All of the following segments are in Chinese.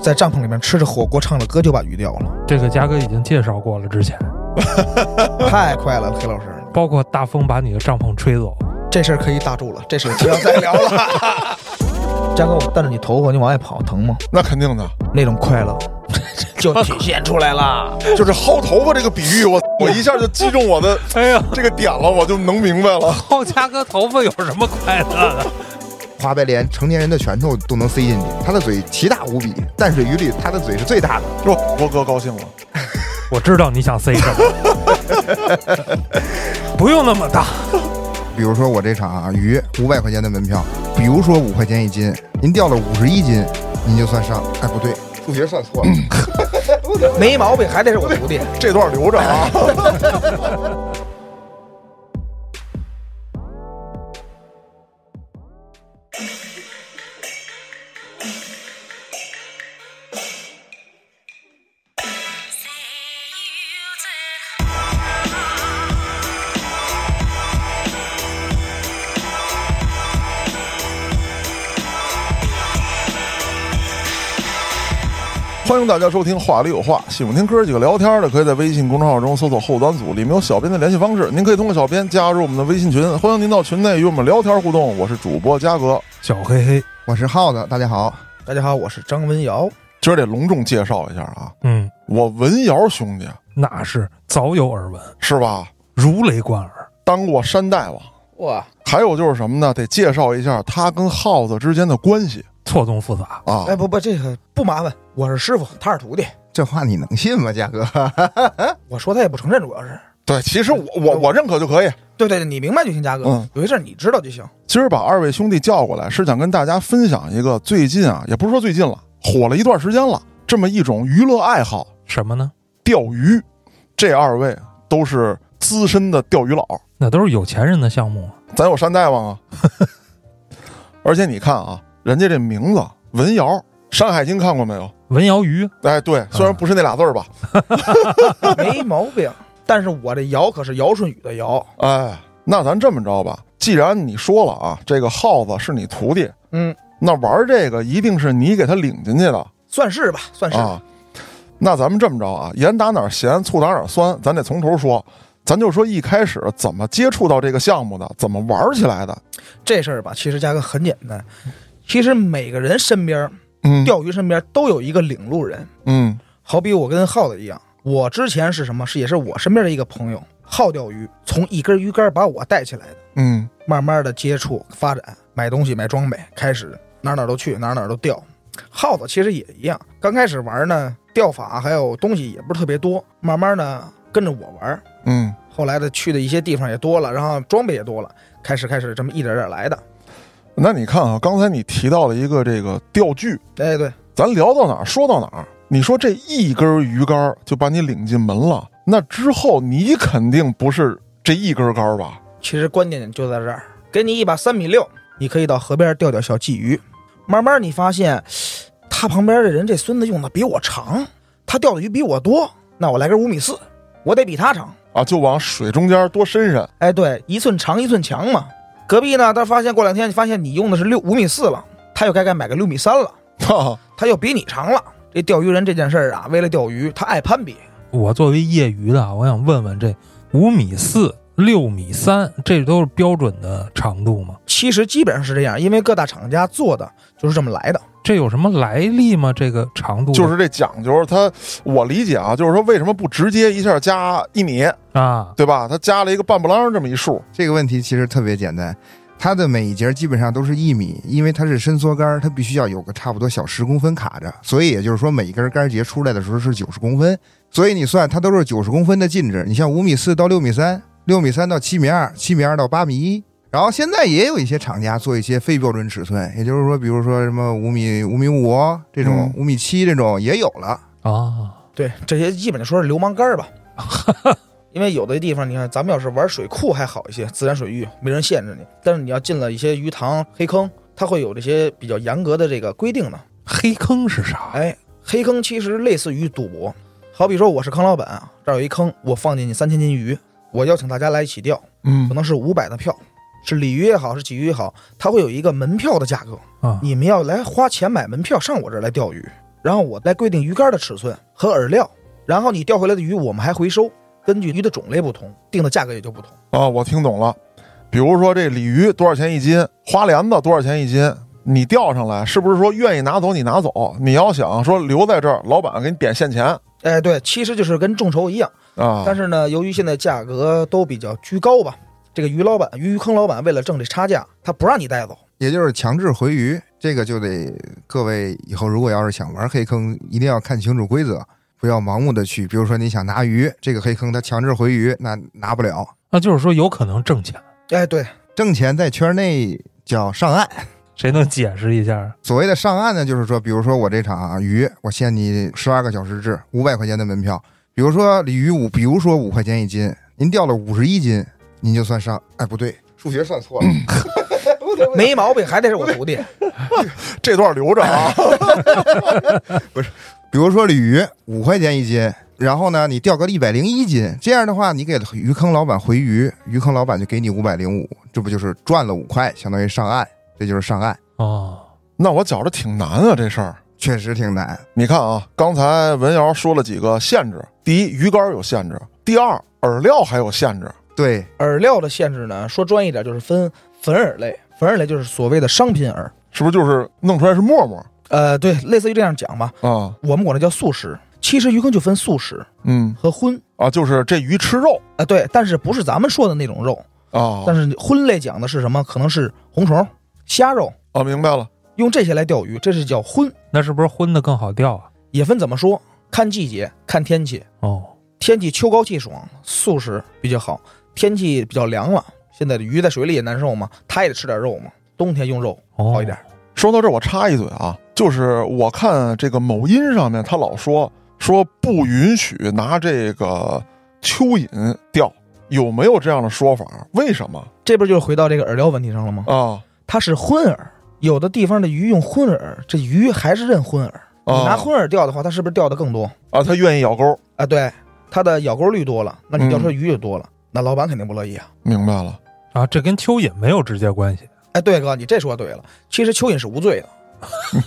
在帐篷里面吃着火锅，唱着歌就把鱼钓了，这个嘉哥已经介绍过了，之前太快了，黑老师，包括大风把你的帐篷吹走，这事儿可以打住了，这事儿不要再聊了。 嘉哥，我带着你头发，你往外跑疼吗？那肯定的，那种快乐 就体现出来了。就是薅头发这个比喻，我我一下就击中我的哎呀，这个点了，我就能明白了。薅嘉哥头发有什么快乐的？花白莲成年人的拳头都能塞进去，他的嘴奇大无比。淡水鱼里，他的嘴是最大的。是吧？波哥高兴了，我知道你想塞什么，不用那么大，比如说我这场啊，鱼五百块钱的门票，比如说五块钱一斤，您钓了五十一斤，您就算上。哎，不对，数学算错了。没毛病，还得是我徒弟。这段留着啊。 欢迎大家收听《话里有话》，喜欢听哥几个聊天的，可以在微信公众号中搜索“后端组”，里面有小编的联系方式，您可以通过小编加入我们的微信群。欢迎您到群内与我们聊天互动。我是主播嘉哥， 小黑黑， 我是耗子，大家好。大家好，我是张文瑶。今儿得隆重介绍一下啊，嗯，我文瑶兄弟那是早有耳闻，是吧？如雷贯耳。当过山大王，哇，还有就是什么呢？得介绍一下他跟耗子之间的关系错综复杂，啊。哎不不，这个不麻烦，我是师傅，他是徒弟。这话你能信吗，嘉哥？ 我说他也不承认，主要是。对，其实我我我认可就可以。对对，对你明白就行，嘉哥。嗯有些事儿你知道就行。今儿把二位兄弟叫过来，是想跟大家分享一个最近啊，也不是说最近了，火了一段时间了，这么一种娱乐爱好。什么呢？钓鱼，这二位啊都是资深的钓鱼佬，那都是有钱人的项目啊。咱有山大王啊。 而且你看啊，人家这名字文瑶，《山海经》看过没有？文瑶鱼，哎，对，虽然不是那俩字儿吧，没毛病。 但是我这尧可是尧舜禹的尧，哎，那咱这么着吧，既然你说了啊，这个耗子是你徒弟，嗯，那玩这个一定是你给他领进去的算是吧，算是。啊。那咱们这么着啊，盐打哪儿咸，醋打哪儿酸，咱得从头说。咱就说一开始怎么接触到这个项目的，怎么玩起来的。这事儿吧，其实嘉哥很简单。其实每个人身边儿嗯，钓鱼身边都有一个领路人，嗯好比我跟浩子一样，我之前是什么？是也是我身边的一个朋友，好钓鱼，从一根鱼竿把我带起来的，嗯，慢慢的接触发展，买东西买装备，开始哪儿哪儿都去，哪儿哪儿都钓。耗子其实也一样，刚开始玩呢，钓法还有东西也不是特别多，慢慢的跟着我玩，嗯，后来的去的一些地方也多了，然后装备也多了，开始开始这么一点点来的。那你看啊，刚才你提到了一个这个钓具，哎，对，咱聊到哪儿说到哪儿。你说这一根鱼竿就把你领进门了，那之后你肯定不是这一根竿吧？其实关键就在这儿，给你一把三米六，你可以到河边钓钓小鲫鱼。慢慢你发现，他旁边的人这孙子用的比我长，他钓的鱼比我多，那我来根五米四，我得比他长。啊，就往水中间多伸伸。哎，对，一寸长一寸强嘛。隔壁呢，他发现过两天，你发现你用的是六五米四了，他又该该买个六米三了，哈，他又比你长了。这钓鱼人这件事儿啊，为了钓鱼，他爱攀比。我作为业余的啊，我想问问这五米四、六米三，这都是标准的长度吗？其实基本上是这样，因为各大厂家做的就是这么来的。这有什么来历吗？这个长度就是这讲究，它我理解啊，就是说为什么不直接一下加一米，啊，对吧？它加了一个半不啷这么一数，这个问题其实特别简单，它的每一节基本上都是一米，因为它是伸缩杆儿，它必须要有个差不多小十公分卡着，所以也就是说每根杆节出来的时候是九十公分，所以你算它都是九十公分的进制。你像五米四到六米三，六米三到七米二，七米二到八米一。然后现在也有一些厂家做一些非标准尺寸，也就是说，比如说什么五米、五米五这嗯，种五、米七这种也有了。啊，对，这些基本就说是流氓杆儿吧。因为有的地方，你看，咱们要是玩水库还好一些，自然水域没人限制你。但是你要进了一些鱼塘、黑坑，它会有这些比较严格的这个规定的。黑坑是啥？哎，黑坑其实类似于赌博，好比说我是坑老板啊，这儿有一坑，我放进去三千斤鱼，我邀请大家来一起钓，嗯可能是五百的票，是鲤鱼也好，是鲫鱼也好，它会有一个门票的价格，啊你们要来花钱买门票上我这儿来钓鱼。然后我来规定鱼竿的尺寸和饵料，然后你钓回来的鱼我们还回收，根据鱼的种类不同，定的价格也就不同。啊，我听懂了。比如说这鲤鱼多少钱一斤，花鲢子多少钱一斤，你钓上来是不是说愿意拿走你拿走？你要想说留在这儿，老板给你点现钱哎，对，其实就是跟众筹一样，啊。但是呢，由于现在价格都比较居高吧，这个鱼老板、鱼坑老板为了挣这差价，他不让你带走。也就是强制回鱼，这个就得各位以后如果要是想玩黑坑，一定要看清楚规则，不要盲目的去。比如说你想拿鱼，这个黑坑它强制回鱼，那拿不了。那就是说有可能挣钱，哎，对，挣钱在圈内叫上岸，谁能解释一下？啊所谓的上岸呢，就是说，比如说我这场啊鱼，我限你十二个小时制，五百块钱的门票。比如说鲤鱼五，比如说五块钱一斤，您钓了五十一斤，您就算上。哎，不对，数学算错了。不 对不对没毛病，还得是我徒弟。这段留 着啊，比如说鲤鱼五块钱一斤，然后呢，你钓个一百零一斤，这样的话，你给鱼坑老板回鱼，鱼坑老板就给你五百零五，这不就是赚了五块，相当于上岸，这就是上岸，哦，那我觉着挺难啊这事儿。确实挺难。你看啊，刚才文瑶说了几个限制：第一，鱼竿有限制；第二，饵料还有限制。对，饵料的限制呢，说专业一点就是分粉饵类，粉饵类就是所谓的商品饵。是不是就是弄出来是沫沫呃，对，类似于这样讲吧，啊？我们管它叫素食。其实鱼坑就分素食嗯和荤啊，就是这鱼吃肉啊、呃对，但是不是咱们说的那种肉，啊但是荤类讲的是什么？可能是红虫、虾肉，啊，明白了用这些来钓鱼，这是叫荤。那是不是荤的更好钓啊？也分怎么说，看季节，看天气。哦，天气秋高气爽，素食比较好。天气比较凉了，现在的鱼在水里也难受嘛，它也得吃点肉嘛。冬天用肉哦好一点。说到这，儿，我插一嘴啊，就是我看这个某音上面，他老说说不允许拿这个蚯蚓钓，有没有这样的说法？为什么这不就回到这个饵料问题上了吗？啊？它是荤饵，有的地方的鱼用荤饵，这鱼还是认荤饵。你啊拿荤饵钓的话，它是不是钓的更多啊，他愿意咬钩，啊？对，它的咬钩率多了，那你钓出来鱼就多了，那老板肯定不乐意啊。明白了啊，这跟蚯蚓没有直接关系。哎，对哥，你这说对了，其实蚯蚓是无罪的。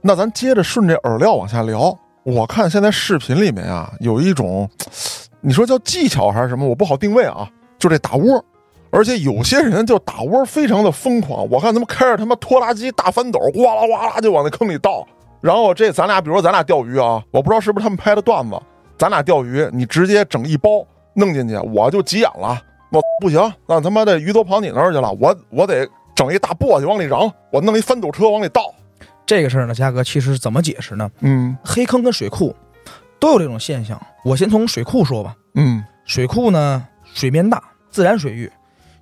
那咱接着顺这饵料往下聊。我看现在视频里面啊，有一种，你说叫技巧还是什么，我不好定位啊。就这打窝，而且有些人就打窝非常的疯狂。我看他们开着他妈拖拉机大翻斗，哇啦哇啦就往那坑里倒。然后这咱俩，比如说咱俩钓鱼啊，我不知道是不是他们拍的段子，咱俩钓鱼，你直接整一包弄进去，我就急眼了，我不行，那他妈的鱼都跑你那儿去了，我我得整一大簸箕往里嚷，我弄一翻斗车往里倒，这个事儿呢，嘉哥其实怎么解释呢？嗯黑坑跟水库都有这种现象。我先从水库说吧。嗯。水库呢，水面大，自然水域，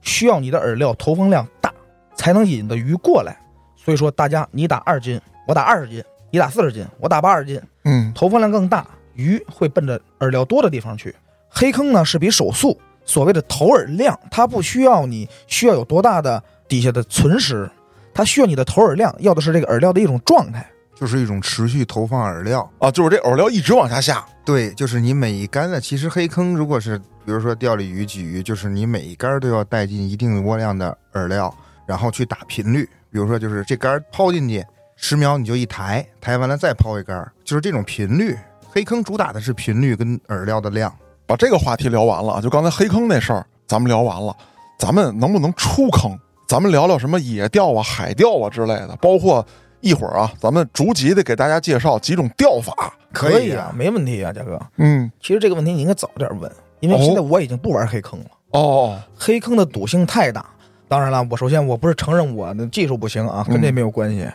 需要你的饵料投放量大，才能引的鱼过来。所以说，大家你打二斤，我打二十斤，你打四十斤，我打八十斤，嗯投放量更大，鱼会奔着饵料多的地方去。黑坑呢是比手速，所谓的投饵量，它不需要你需要有多大的底下的存食，它需要你的投饵量，要的是这个饵料的一种状态。就是一种持续投放饵料。啊，就是这饵料一直往下下对，就是你每一竿呢，其实黑坑如果是比如说钓鲤鱼、鲫鱼，就是你每一竿都要带进一定窝量的饵料，然后去打频率。比如说，就是这竿抛进去十秒你就一抬，抬完了再抛一竿，就是这种频率。黑坑主打的是频率跟饵料的量。把这个话题聊完了，啊就刚才黑坑那事儿，咱们聊完了，咱们能不能出坑？咱们聊聊什么野钓啊、海钓啊之类的，包括一会儿啊，咱们逐级的给大家介绍几种钓法。可以啊，，没问题啊，嘉哥。嗯，其实这个问题你应该早点问，因为哦现在我已经不玩黑坑了。哦，黑坑的赌性太大。当然了，我首先我不是承认我的技术不行啊，嗯跟这没有关系。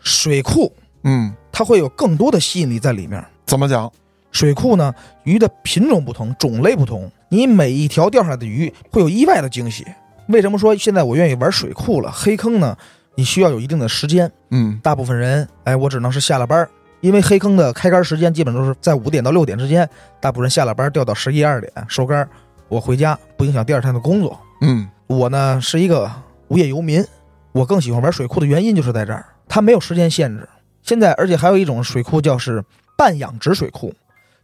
水库嗯，它会有更多的吸引力在里面。怎么讲？水库呢，鱼的品种不同，种类不同，你每一条钓上来的鱼会有意外的惊喜。为什么说现在我愿意玩水库了？黑坑呢，你需要有一定的时间。嗯大部分人，哎，我只能是下了班儿，因为黑坑的开竿时间基本都是在五点到六点之间，大部分人下了班儿钓到十一二点收竿儿，我回家不影响第二天的工作。嗯，我呢是一个无业游民，我更喜欢玩水库的原因就是在这儿，它没有时间限制。现在，而且还有一种水库叫是半养殖水库，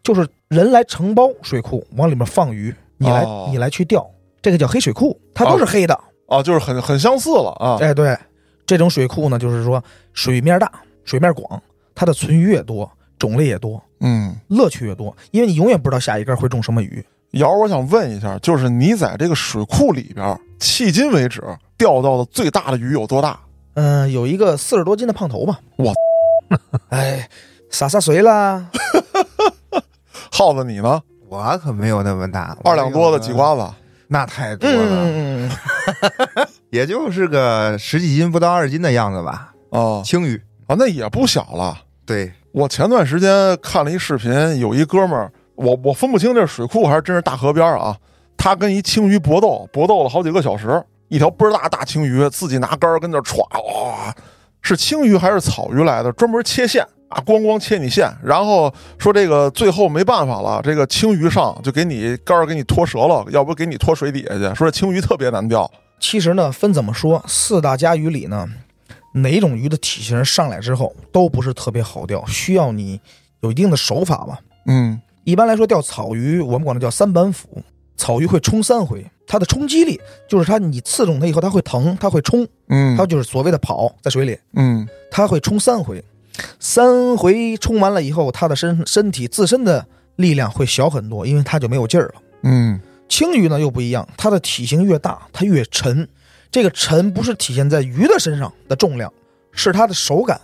就是人来承包水库，往里面放鱼，你来、哦你来去钓，这个叫黑水库，它都是黑的。哎啊，就是很很相似了啊。哎，对，这种水库呢，就是说水面大，水面广，它的存鱼也多，种类也多，嗯，乐趣也多，因为你永远不知道下一竿会中什么鱼。瑶儿，我想问一下，就是你在这个水库里边儿，迄今为止钓到的最大的鱼有多大？嗯、有一个四十多斤的胖头吧，哇， 哎，洒洒水啦，耗子，你呢？我可没有那么大，二两多哎的几瓜，瓜子，那太多了，嗯，也就是个十几斤不到二斤的样子吧。啊青鱼，啊，那也不小了。对，我前段时间看了一视频，有一哥们儿，我我分不清这是水库还是真是大河边儿啊。他跟一青鱼搏斗，搏斗了好几个小时，一条倍儿大大青鱼，自己拿杆儿跟那儿歘，哇，是青鱼还是草鱼来的？专门切线啊，咣咣切你线，然后说这个最后没办法了，这个青鱼上就给你杆儿给你拖折了，要不给你拖水底下去。说这青鱼特别难钓，其实呢，分怎么说，四大家鱼里呢，哪种鱼的体型上来之后都不是特别好钓，需要你有一定的手法吧。嗯一般来说，钓草鱼我们管它叫三板斧，草鱼会冲三回，它的冲击力就是它你刺中它以后，它会疼，它会冲，它嗯就是所谓的跑在水里，嗯它会冲三回，三回冲完了以后，它的身身体自身的力量会小很多，因为它就没有劲儿了。嗯青鱼呢又不一样，它的体型越大，它越沉。这个沉不是体现在鱼的身上的重量，是它的手感。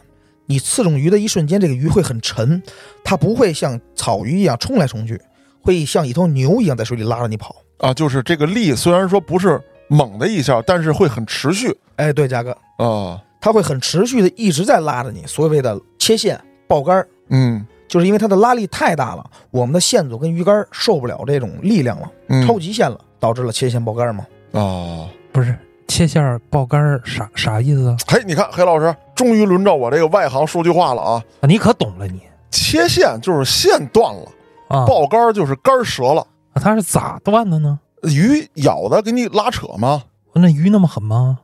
你刺中鱼的一瞬间，这个鱼会很沉，它不会像草鱼一样冲来冲去，会像一头牛一样在水里拉着你跑。啊，就是这个力虽然说不是猛的一下，但是会很持续哎，对，嘉哥，啊。它会很持续的一直在拉着你，所谓的切线、爆杆儿，嗯，就是因为它的拉力太大了，我们的线索跟鱼竿儿受不了这种力量了，嗯超极限了，导致了切线爆杆儿嘛。哦，不是切线儿爆杆儿啥啥意思啊？嘿，你看，黑老师终于轮到我这个外行说句话了啊！啊你可懂了你切线就是线断了，啊！爆杆就是杆折了，啊它是咋断的呢？鱼咬的给你拉扯吗？那鱼那么狠吗？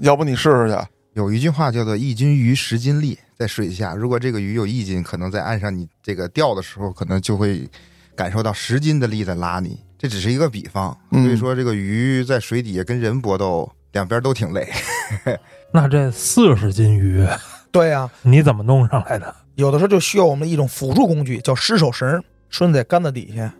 要不你试试去？有一句话叫做“一斤鱼十斤力”，在水下，如果这个鱼有一斤，可能在岸上你这个钓的时候，可能就会感受到十斤的力在拉你。这只是一个比方，所嗯以说这个鱼在水底下跟人搏斗，两边都挺累。 那这四十斤鱼 对啊呀、你怎么弄上来的？有的时候就需要我们一种辅助工具，叫湿手绳儿，拴在杆子底下，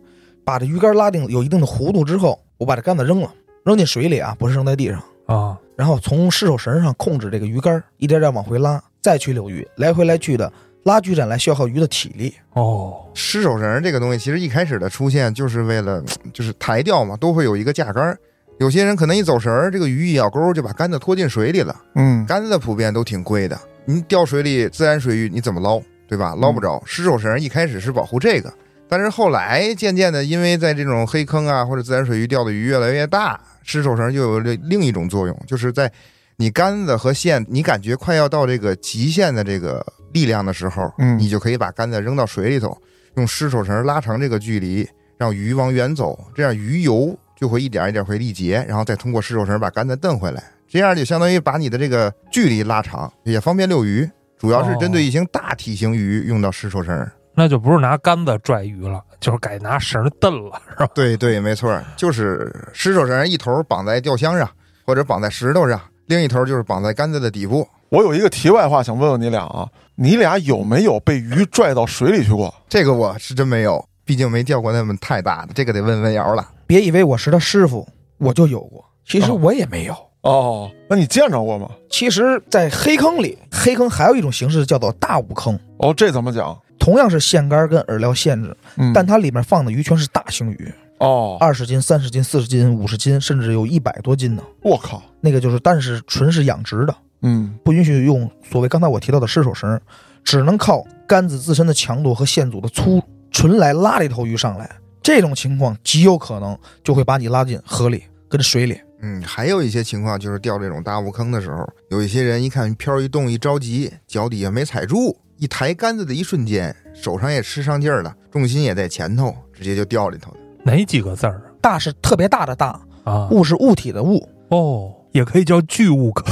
把这鱼竿拉定有一定的弧度之后，我把这杆子扔了，扔进水里啊，不是扔在地上，啊，然后从湿手绳上控制这个鱼竿，一点点往回拉，再去遛鱼，来回来去的拉锯战来消耗鱼的体力。哦，湿手绳这个东西，其实一开始的出现就是为了就是抬钓嘛，都会有一个架杆儿。有些人可能一走神儿，这个鱼一咬钩就把杆子拖进水里了。嗯杆子普遍都挺贵的，你掉水里自然水域你怎么捞，对吧？捞不着。湿手绳一开始是保护这个，但是后来渐渐的，因为在这种黑坑啊或者自然水域钓的鱼越来越大，湿手绳就有了另一种作用，就是在你杆子和线你感觉快要到这个极限的这个力量的时候，嗯你就可以把杆子扔到水里头，用湿手绳拉长这个距离，让鱼往远走，这样鱼游就会一点一点会力竭，然后再通过湿手绳把杆子蹬回来，这样就相当于把你的这个距离拉长，也方便遛鱼。主要是针对一些大体型鱼用到湿手绳。那就不是拿杆子拽鱼了，就是改拿绳儿蹬了， 是吧？对对，没错，就是湿手绳一头绑在钓箱上，或者绑在石头上，另一头就是绑在杆子的底部。我有一个题外话想问问你俩啊，你俩有没有被鱼拽到水里去过？这个我是真没有，毕竟没钓过那么太大的，这个得问问瑶了。别以为我是他师傅，我就有过，其实哦我也没有。哦，那你见着过吗？其实，在黑坑里，黑坑还有一种形式叫做大五坑，哦，这怎么讲？同样是线杆跟饵料限制，嗯，但它里面放的鱼全是大型鱼。哦，二十斤、三十斤、四十斤、五十斤，甚至有一百多斤呢。我靠，那个就是，但是纯是养殖的，嗯不允许用所谓刚才我提到的湿手绳，只能靠杆子自身的强度和线组的粗，纯来拉这头鱼上来。这种情况极有可能就会把你拉进河里跟水里。嗯，还有一些情况就是钓这种大雾坑的时候，有一些人一看漂一动一着急，脚底下没踩住，一抬杆子的一瞬间，手上也吃上劲儿了，重心也在前头，直接就掉里头了。 哪几个字儿大是特别大的大，啊？物是物体的物。哦，也可以叫巨物坑。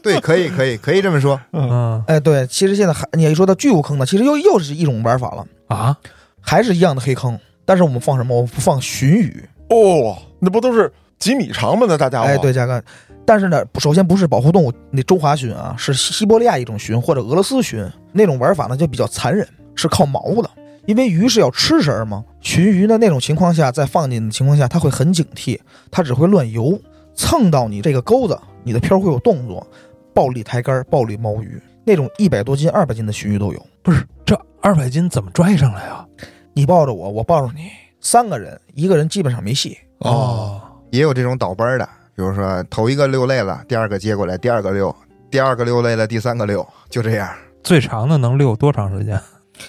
对，可以，可以，可以这么说。嗯哎，对，其实现在还你一说到巨物坑呢，其实又又是一种玩法了，啊，还是一样的黑坑，但是我们放什么？我们不放鲟鱼。哦，那不都是几米长吗？那大家伙，哎，对，嘉哥，但是呢，首先不是保护动物那中华鲟啊，是西西伯利亚一种鲟或者俄罗斯鲟那种玩法呢就比较残忍，是靠毛的。因为鱼是要吃食儿嘛，鲟鱼呢那种情况下，在放进的情况下，它会很警惕，它只会乱游，蹭到你这个钩子，你的漂会有动作，暴力抬竿，暴力猫鱼，那种一百多斤、二百斤的鲟鱼都有。不是这二百斤怎么拽上来啊？你抱着我，我抱着你，三个人，一个人基本上没戏。啊哦，也有这种倒班儿的，比如说头一个溜累了，第二个接过来，第二个溜，第二个溜累了，第三个溜，就这样。最长的能溜多长时间？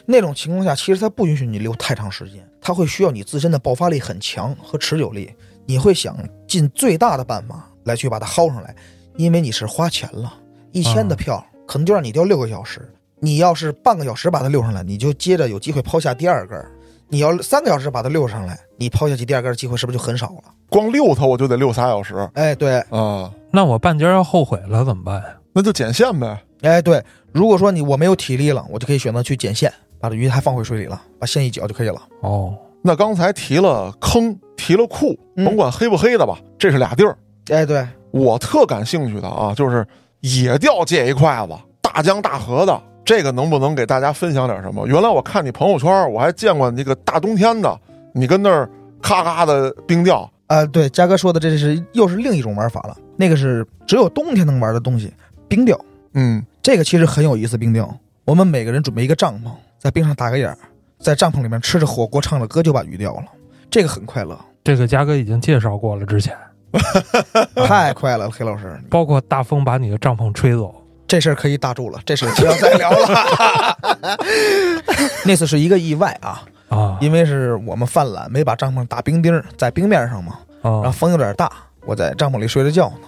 那种情况下，其实它不允许你留太长时间，它会需要你自身的爆发力很强和持久力。你会想尽最大的办法来去把它薅上来，因为你是花钱了，一千的票、可能就让你钓六个小时。你要是半个小时把它溜上来，你就接着有机会抛下第二根儿；你要三个小时把它溜上来，你抛下去第二根儿的机会是不是就很少了？光遛它我就得遛仨小时哎，对，啊，那我半截儿要后悔了怎么办呀？那就剪线呗。哎，对，如果说你我没有体力了，我就可以选择去剪线，把这鱼还放回水里了，把线一绞就可以了。哦，那刚才提了坑，提了库，嗯甭管黑不黑的吧，这是俩地儿。哎，对，我特感兴趣的啊，就是野钓界一块子，大江大河的，这个能不能给大家分享点什么？原来我看你朋友圈，我还见过那个大冬天的，你跟那儿咔咔的冰钓，啊，对，嘉哥说的这是又是另一种玩法了，那个是只有冬天能玩的东西，冰钓。嗯，这个其实很有意思，冰钓。我们每个人准备一个帐篷，在冰上打个眼儿，在帐篷里面吃着火锅，唱着歌就把鱼钓了，这个很快乐，这个嘉哥已经介绍过了，之前太快乐了，黑老师，包括大风把你的帐篷吹走，这事儿可以打住了，这事儿不要再聊了。 那次是一个意外啊，啊，因为是我们犯懒，没把帐篷打冰钉儿，在冰面上嘛，然后啊，风有点大，我在帐篷里睡着觉呢，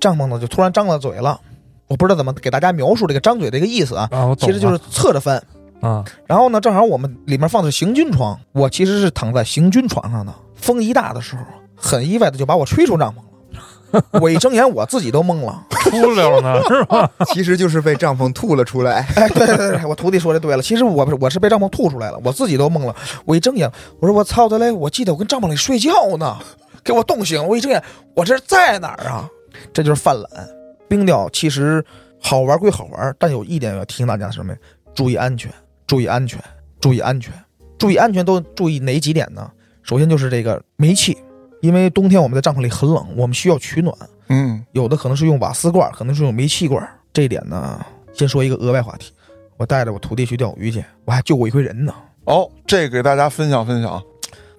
帐篷呢就突然张了嘴了，我不知道怎么给大家描述这个张嘴这个意思啊，啊，我其懂了实就是侧着翻。啊，然后呢，正好我们里面放的是行军床，我其实是躺在行军床上的。风一大的时候，很意外的就把我吹出帐篷 了。我一睁眼，我自己都懵了。秃溜 呢是吧？其实就是被帐篷吐了出来。 哎，对对对，我徒弟说的对了，其实我不是我是被帐篷吐出来了，我自己都懵了。我一睁眼，我说我操的嘞！我记得我跟帐篷里睡觉呢，给我冻醒了。我一睁眼，我这是在哪儿啊？这就是犯懒。冰钓其实好玩归好玩，但有一点要提醒大家是什么呀？注意安全，注意安全，注意安全，注意安全都注意哪几点呢？首先就是这个煤气，因为冬天我们在帐篷里很冷，我们需要取暖，嗯，有的可能是用瓦斯罐，可能是用煤气罐。这一点呢，先说一个额外话题。我带着我徒弟去钓鱼去，我还救过一回人呢。哦，这给大家分享分享，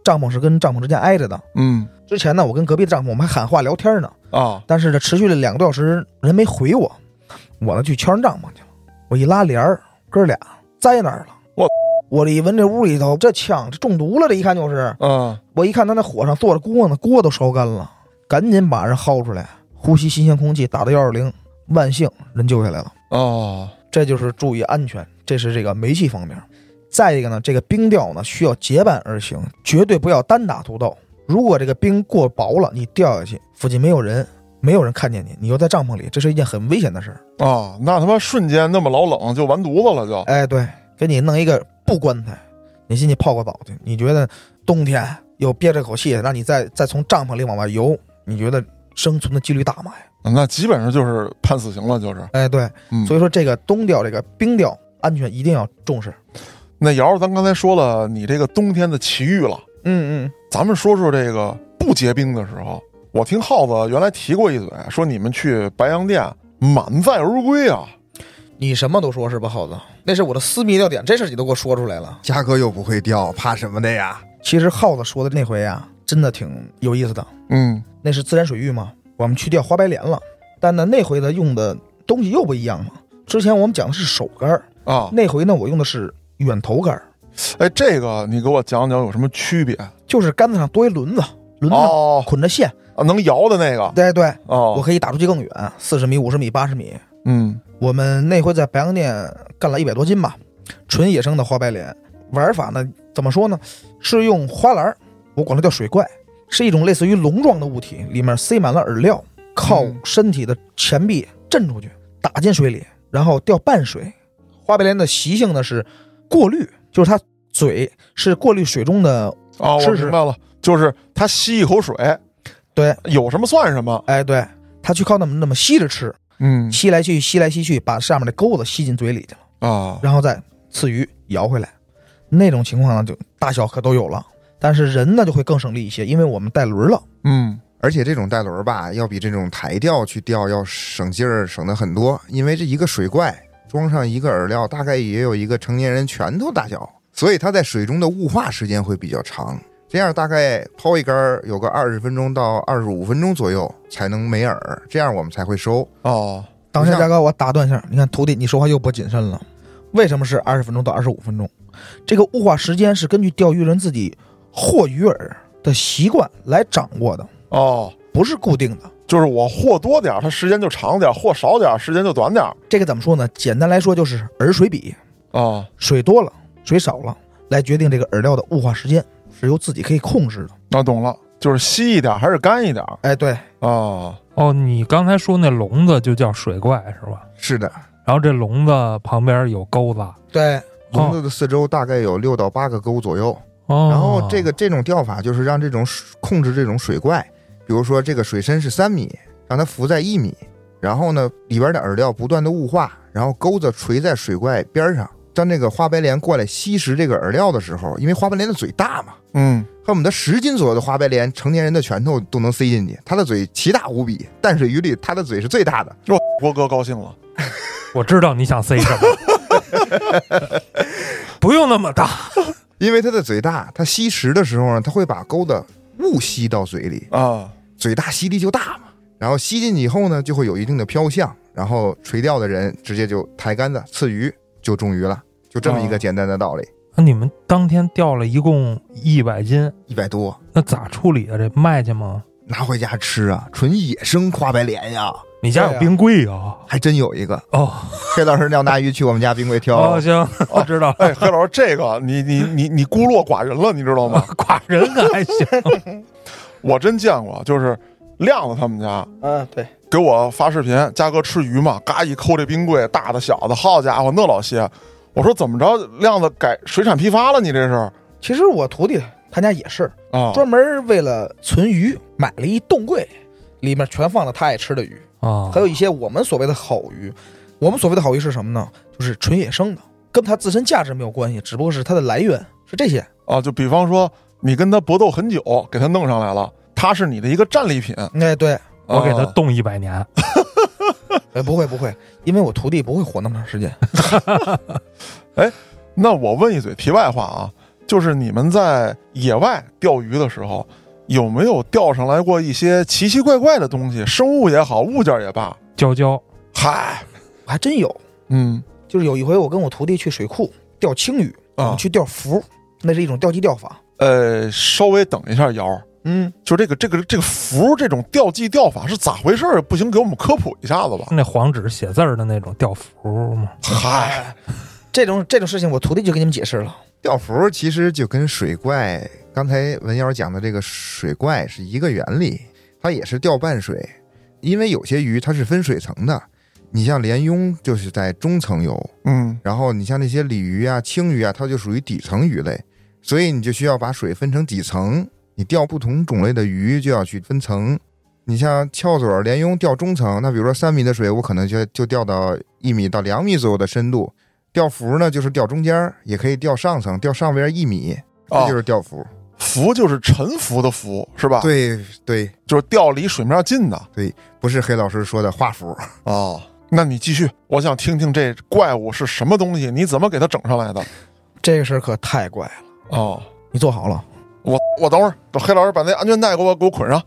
帐篷是跟帐篷之间挨着的。嗯之前呢，我跟隔壁的帐篷我们还喊话聊天呢，啊，但是呢，持续了两个多小时，人没回我，我呢去敲人帐篷去了。我一拉帘儿，哥俩栽那儿了。我我这一闻，这屋里头这呛，这中毒了，这一看就是。嗯，我一看他那火上坐着锅呢，锅都烧干了，赶紧把人薅出来，呼吸新鲜空气，打到幺二零，万幸人救下来了。哦，这就是注意安全，这是这个煤气方面。再一个呢，这个冰钓呢需要结伴而行，绝对不要单打独斗。如果这个冰过薄了，你掉下去，附近没有人，没有人看见你，你又在帐篷里，这是一件很危险的事儿。哦，那他妈瞬间那么老冷就完犊子了就，哎，对，给你弄一个布棺材，你进去泡个澡去。你觉得冬天又憋着口气，让你再再从帐篷里往外游，你觉得生存的几率大吗？那基本上就是判死刑了，就是，哎，对，嗯，所以说这个冬钓，这个冰钓安全一定要重视。那瑶，咱刚才说了你这个冬天的奇遇了。嗯嗯，咱们说说这个不结冰的时候，我听耗子原来提过一嘴，说你们去白洋淀满载而归啊。你什么都说是吧，耗子？那是我的私密要点，这事儿你都给我说出来了。嘉哥又不会钓，怕什么的呀？其实耗子说的那回啊，真的挺有意思的。嗯，那是自然水域嘛，我们去钓花白鲢了，但呢那回呢用的东西又不一样了。之前我们讲的是手竿儿，啊，那回呢我用的是远头竿儿，哎，这个你给我讲讲有什么区别？就是杆子上多一轮子，轮子上哦，捆着线。啊能摇的那个对对，我哦，可以打出去更远，四十米、五十米、八十米。嗯，我们那回在白洋淀干了一百多斤吧，纯野生的花白鲢。玩法呢，怎么说呢？是用花篮儿，我管它叫水怪，是一种类似于笼状的物体，里面塞满了饵料，靠嗯身体的前臂震出去，打进水里，然后掉半水。花白鲢的习性呢是过滤，就是它嘴是过滤水中的，啊，我试试明白了，就是它吸一口水，对，有什么算什么。哎对，他去靠那么那么吸着吃，嗯吸来吸去，吸来吸去，把上面的钩子吸进嘴里去了，啊，然后再刺鱼摇回来。那种情况呢，就大小可都有了，但是人呢就会更省力一些，因为我们带轮了。嗯而且这种带轮儿吧，要比这种抬钓去钓要省劲儿，省的很多。因为这一个水怪装上一个饵料，大概也有一个成年人拳头大小，所以它在水中的雾化时间会比较长。这样大概抛一竿儿有个二十分钟到二十五分钟左右才能没饵，这样我们才会收。哦，当下，大哥，我打断一下，你看徒弟，你说话又不谨慎了。为什么是二十分钟到二十五分钟？这个雾化时间是根据钓鱼人自己获鱼饵的习惯来掌握的，哦，不是固定的。就是我货多点儿，它时间就长点儿；货少点儿，时间就短点儿。这个怎么说呢？简单来说就是饵水比，哦，水多了，水少了，来决定这个饵料的雾化时间，是由自己可以控制的。那懂了，就是稀一点儿还是干一点儿哎，对，啊？哦，你刚才说那笼子就叫水怪是吧？是的，然后这笼子旁边有钩子，对，笼子的四周大概有六到八个钩左右。哦，然后这个这种钓法就是让这种水控制这种水怪，比如说这个水深是三米，让它浮在一米，然后呢里边的饵料不断的雾化，然后钩子垂在水怪边上。当这个花白鲢过来吸食这个饵料的时候，因为花白鲢的嘴大嘛，嗯，恨不得十斤左右的花白鲢，成年人的拳头都能塞进去，它的嘴奇大无比。淡水鱼里，它的嘴是最大的。哟，郭哥高兴了。我知道你想塞什么，不用那么大。因为它的嘴大，它吸食的时候呢，它会把钩子误吸到嘴里，啊，嘴大吸力就大嘛。然后吸进去以后呢，就会有一定的飘向，然后垂钓的人直接就抬杆子刺鱼就中鱼了，就这么一个简单的道理。那你们当天钓了一共一百斤，一百多那咋处理啊？这卖去吗？拿回家吃啊，纯野生花白鲢呀、你家对有啊冰柜啊？还真有一个。哦黑老师要拿鱼去我们家冰柜挑，哦，行，我知道了。哎，黑老师，这个你你你你孤落寡人了，你知道 吗？ 寡人可还行，我真见过，就是亮子他们家嗯，对，给我发视频，嘉哥吃鱼嘛，嘎一抠这冰柜，大的小的，好家伙，那老些。我说怎么着，亮子改水产批发了，你这是其实我徒弟他家也是啊？专门为了存鱼买了一冻柜，里面全放了他爱吃的鱼，啊还有一些我们所谓的好鱼。我们所谓的好鱼是什么呢？就是纯野生的，跟它自身价值没有关系，只不过是它的来源是这些。啊，就比方说你跟他搏斗很久，给他弄上来了，他是你的一个战利品。哎，对，我给他啊冻一百年。哎，不会不会，因为我徒弟不会活那么长时间。那我问一嘴题外话啊，就是你们在野外钓鱼的时候，有没有钓上来过一些奇奇怪怪的东西，生物也好，物件也罢？娇娇，嗨，我还真有，嗯就是有一回我跟我徒弟去水库钓青鱼，我嗯啊们，去钓浮，那是一种钓鸡钓法。呃，稍微等一下，瑶儿，嗯，就这个这个这个符这种钓技钓法是咋回事儿？不行，给我们科普一下子吧。那黄纸写字儿的那种吊幅吗？嗨，这种这种事情我徒弟就给你们解释了。钓浮其实就跟水怪刚才文瑶讲的这个水怪是一个原理，它也是钓半水，因为有些鱼它是分水层的，你像鲢鳙就是在中层游，嗯然后你像那些鲤鱼啊、青鱼啊，它就属于底层鱼类，所以你就需要把水分成底层，你钓不同种类的鱼就要去分层。你像翘嘴鲢鳙钓中层，那比如说三米的水，我可能就就钓到一米到两米左右的深度。钓浮呢，就是钓中间儿，也可以钓上层，钓上边一米，这啊就，是钓浮。符就是沉浮的浮是吧？，对对，就是钓离水面近的。不是黑老师说的画浮。哦，那你继续，我想听听这怪物是什么东西，你怎么给它整上来的？这个事儿可太怪了，哦，你坐好了，我我等会儿，等黑老师把那安全带给我给我捆上。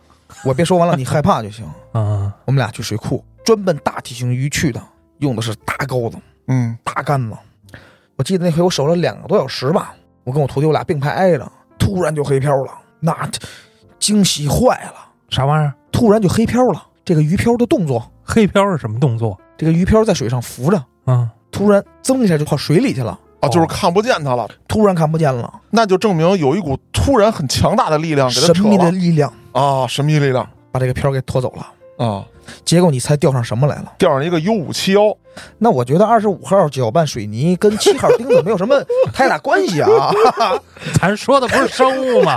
我别说完了，你害怕就行。嗯，我们俩去水库，专奔大体型鱼去的，用的是大钩子、嗯大杆子。我记得那回我守了两个多小时吧，我跟我徒弟我俩并排挨着，突然就黑漂了，那惊喜坏了，啥玩意儿？突然就黑漂了。这个鱼漂的动作，黑漂是什么动作？这个鱼漂在水上浮着，嗯，突然噌一下就跑水里去了，啊，哦就是看不见它了，突然看不见了，那就证明有一股突然很强大的力量给它神扯秘的了力量啊，神秘力量把这个漂给拖走了。啊，结果你猜钓上什么来了？钓上一个 U 五七幺，那我觉得二十五号搅拌水泥跟七号钉子没有什么太大关系啊。咱说的不是生物吗？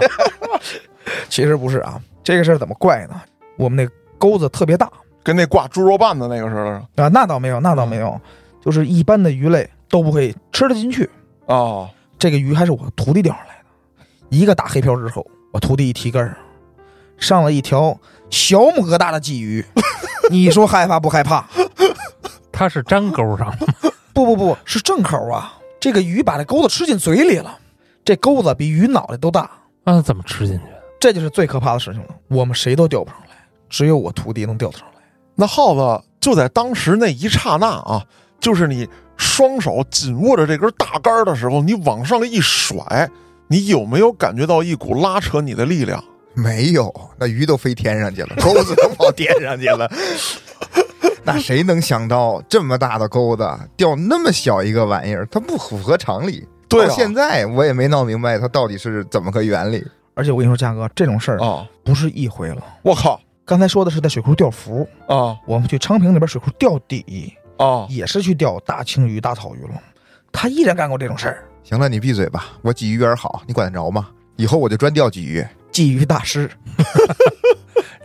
其实不是啊，这个事儿怎么怪呢？我们那钩子特别大，给跟那挂猪肉拌的那个似的啊，那倒没有，那倒没有，就是一般的鱼类都不会吃得进去。啊。这个鱼还是我徒弟钓上来的，一个打黑漂之后，我徒弟一提竿儿，上了一条小拇哥大的鲫鱼，你说害怕不害怕？它是粘钩上了，不不不，是正口啊！这个鱼把这钩子吃进嘴里了，这钩子比鱼脑袋都大，那、啊怎么吃进去？这就是最可怕的事情了。我们谁都钓不上来，只有我徒弟能钓得上来。那耗子就在当时那一刹那啊，就是你双手紧握着这根大杆儿的时候，你往上一甩，你有没有感觉到一股拉扯你的力量？没有，那鱼都飞天上去了，钩子都跑天上去 了。那谁能想到这么大的钩子钓那么小一个玩意儿？它不符合常理。对啊到现在我也没闹明白它到底是怎么个原理。而且我跟你说，嘉哥，这种事儿啊，不是一回了。我靠刚才说的是在水库钓福，啊我们去昌平那边水库钓底，啊！也是去钓大青鱼、大草鱼了。他依然干过这种事儿，行了，你闭嘴吧，我鲫鱼园好，你管得着吗？以后我就专钓鲫鱼。鲫鱼大师，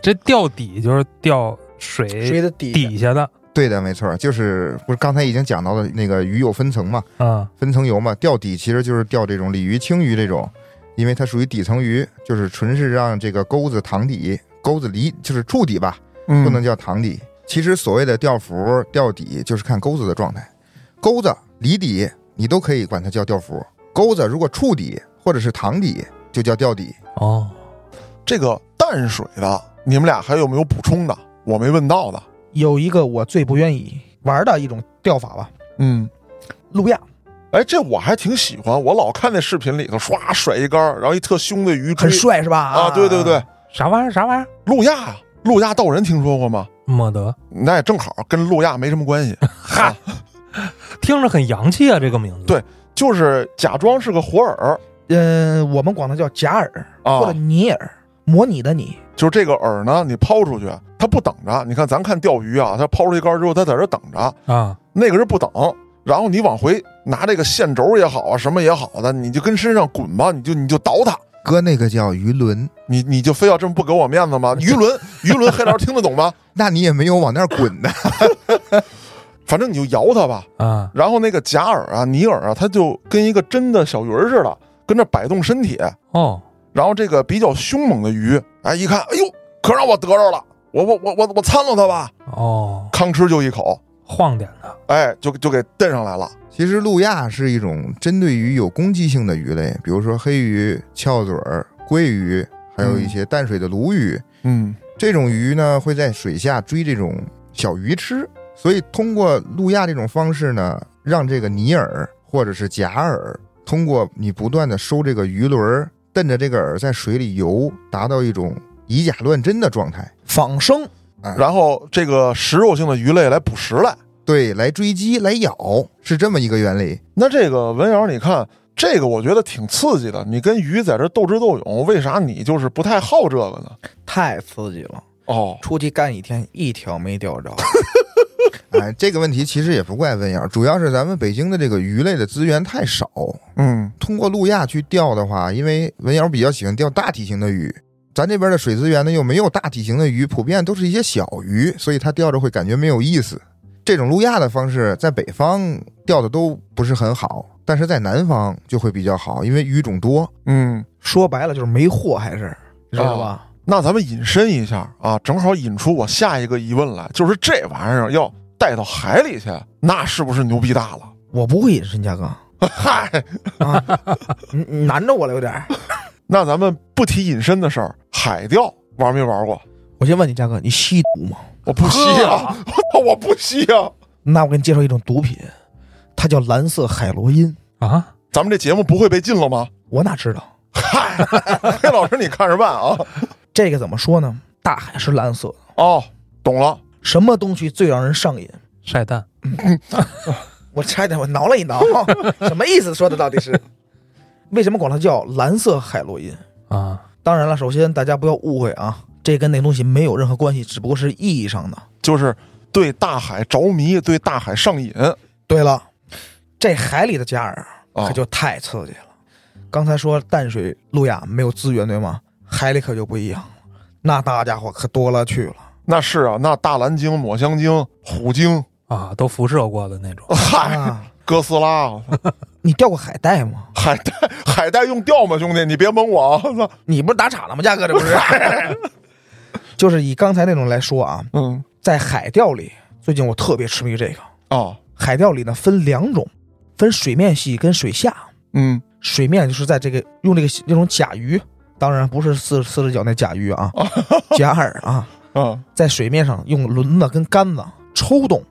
这钓底就是钓水谁的底底下的对的，没错，就是不是刚才已经讲到的那个鱼有分层嘛，啊，分层游嘛，钓底其实就是钓这种鲤鱼、青鱼这种，因为它属于底层鱼，就是纯是让这个钩子躺底，钩子离就是触底吧，嗯不能叫躺底。其实所谓的钓浮、钓底，就是看钩子的状态，钩子离底你都可以管它叫钓浮，钩子如果触底或者是躺底就叫钓底。哦，这个淡水的，你们俩还有没有补充的？我没问到的。有一个我最不愿意玩的一种钓法吧，嗯，路亚，哎，这我还挺喜欢，我老看那视频里头唰甩一杆儿，然后一特凶的鱼追很帅是吧？啊！对对对，，啥玩意儿？啥玩意儿？路亚呀，路亚道人听说过吗？没得，那也正好跟路亚没什么关系，啊哈，听着很洋气啊，这个名字。对就是假装是个活饵嗯、我们管它叫假饵啊或，者泥饵，模拟的拟。就是这个饵呢，你抛出去，它不等着。你看咱看钓鱼啊，它抛出一杆儿之后，它在这儿等着，啊，那个是不等。然后你往回拿这个线轴也好啊，什么也好的，你就跟身上滚吧，你就你就倒它。哥，那个叫鱼轮，你你就非要这么不给我面子吗？鱼轮，鱼轮，黑老师听得懂吗？那你也没有往那儿滚的。反正你就摇它吧。啊，然后那个假饵啊、泥饵啊，它就跟一个真的小鱼儿似的，跟着摆动身体。哦，然后这个比较凶猛的鱼，哎，一看，哎呦，可让我得着了，我我我我我参了它吧，哦，吭哧就一口，晃点的，哎，就就给蹬上来了。其实路亚是一种针对于有攻击性的鱼类，比如说黑鱼、翘嘴儿、鲑鱼，还有一些淡水的鲈鱼。嗯，这种鱼呢会在水下追这种小鱼吃，所以通过路亚这种方式呢，让这个泥饵或者是假饵，通过你不断的收这个鱼轮儿，蹬着这个饵在水里游，达到一种以假乱真的状态，仿生，然后这个食肉性的鱼类来捕食来。对，来追击来咬，是这么一个原理。那这个文瑶，你看这个，我觉得挺刺激的。你跟鱼在这斗智斗勇，为啥你就是不太好这个呢？太刺激了！哦，出去干一天，一条没钓着。哎，这个问题其实也不怪问瑶，主要是咱们北京的这个鱼类的资源太少，嗯通过路亚去钓的话，因为文瑶比较喜欢钓大体型的鱼，咱这边的水资源呢又没有大体型的鱼，普遍都是一些小鱼，所以它钓着会感觉没有意思。这种路亚的方式在北方钓的都不是很好，但是在南方就会比较好，因为鱼种多。嗯，说白了就是没货，还是你知道吧？那咱们引申一下啊，正好引出我下一个疑问来，就是这玩意儿要带到海里去，那是不是牛逼大了？ 我不会隐身，嘉哥，嗨，你你嗯难着我了有点儿。那咱们不提隐身的事儿，海钓玩没玩过？我先问你，嘉哥，你吸毒吗？我不吸啊！我操， 我不吸啊！那我给你介绍一种毒品，它叫蓝色海洛因。啊，咱们这节目不会被禁了吗？ 我哪知道？嗨，黑老师你看着办啊！这个怎么说呢？大海是蓝色的，哦，懂了，什么东西最让人上瘾？晒蛋，我差点我挠了一挠， 什么意思？说的到底是？为什么管它叫蓝色海洛因？啊，当然了，首先大家不要误会啊，这跟那东西没有任何关系，只不过是意义上的。就是对大海着迷，对大海上瘾。啊对了，这海里的假饵哦可就太刺激了。刚才说淡水路亚没有资源对吗？海里可就不一样了，那大家伙可多了去了。那是啊，那大蓝鲸、抹香鲸、虎鲸，啊，都辐射过的那种。嗨，啊，哥斯拉，我操你钓过海带吗？海带，海带用钓吗，兄弟？你别蒙我啊！ 我操你不是打岔了吗？嘉哥，这不是？ 就是以刚才那种来说啊，嗯，在海钓里，最近我特别痴迷这个。哦，海钓里呢分两种，分水面系跟水下。嗯，水面就是在这个用这个那种甲鱼，当然不是四四只脚那甲鱼 啊，假饵啊，啊，在水面上用轮子跟杆子抽动，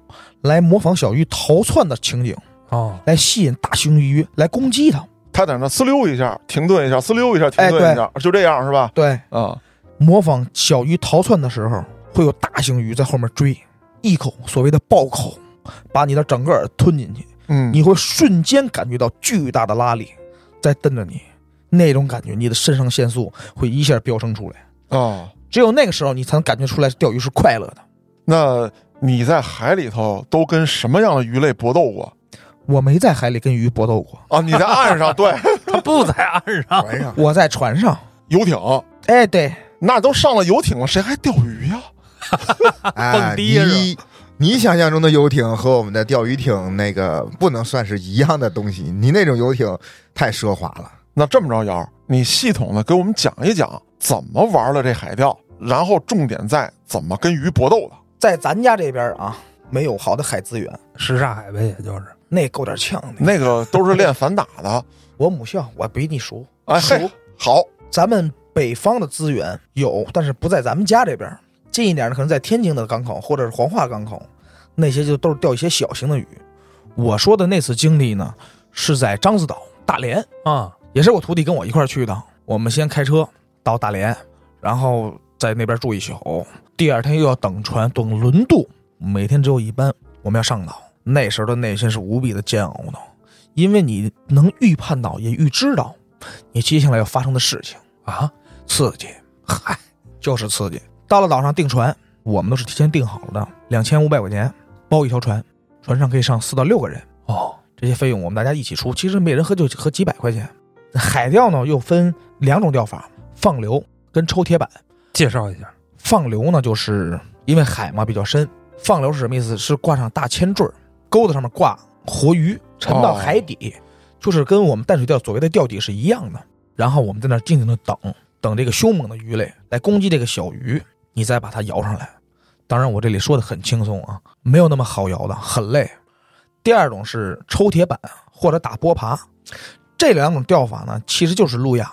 来模仿小鱼逃窜的情景，哦，来吸引大型鱼来攻击它。他在那呲溜一下，停顿一下，呲溜一下，停哎顿一下，就这样是吧？对，啊，模仿小鱼逃窜的时候，会有大型鱼在后面追，一口所谓的爆口，把你的整个饵吞进去，嗯，你会瞬间感觉到巨大的拉力在蹬着你，那种感觉，你的肾上腺素会一下飙升出来。啊，只有那个时候，你才能感觉出来钓鱼是快乐的。那你在海里头都跟什么样的鱼类搏斗过我没在海里跟鱼搏斗过，啊？你在 岸上对他不在岸 上，船上我在船上。游艇，哎，对，那都上了游艇了，谁还钓鱼呀？哎，低是吧你你想象中的游艇和我们的钓鱼艇那个不能算是一样的东西，你那种游艇太奢华了。那这么着，瑶儿，你系统的给我们讲一讲怎么玩了这海钓，然后重点在怎么跟鱼搏斗的。在咱家这边啊，没有好的海资源，什刹海呗，也就是那够点呛的。那个都是练反打的，我母校我比你熟，哎嘿熟，好，咱们北方的资源有，但是不在咱们家这边儿。近一点的可能在天津的港口或者是黄化港口，那些就都是钓一些小型的鱼。我说的那次经历呢，是在獐子岛大连，啊，也是我徒弟跟我一块儿去的。我们先开车到大连，然后在那边住一宿，第二天又要等船等轮渡，每天只有一班，我们要上岛。那时候的内心是无比的煎熬的，因为你能预判到，也预知到你接下来要发生的事情。啊，刺激，嗨，就是刺激。到了岛上订船，我们都是提前订好了的，两千五百块钱包一条船，船上可以上四到六个人，哦，这些费用我们大家一起出，其实每人喝就喝几百块钱。海钓呢又分两种钓法，放流跟抽铁板。介绍一下，放流呢就是因为海嘛比较深，放流是什么意思？是挂上大铅坠儿，钩子上面挂活鱼，沉到哦海底，就是跟我们淡水钓所谓的钓底是一样的。然后我们在那儿静静的等，等这个凶猛的鱼类来攻击这个小鱼，你再把它摇上来。当然，我这里说的很轻松啊，没有那么好摇的，很累。第二种是抽铁板或者打波爬，这两种钓法呢，其实就是路亚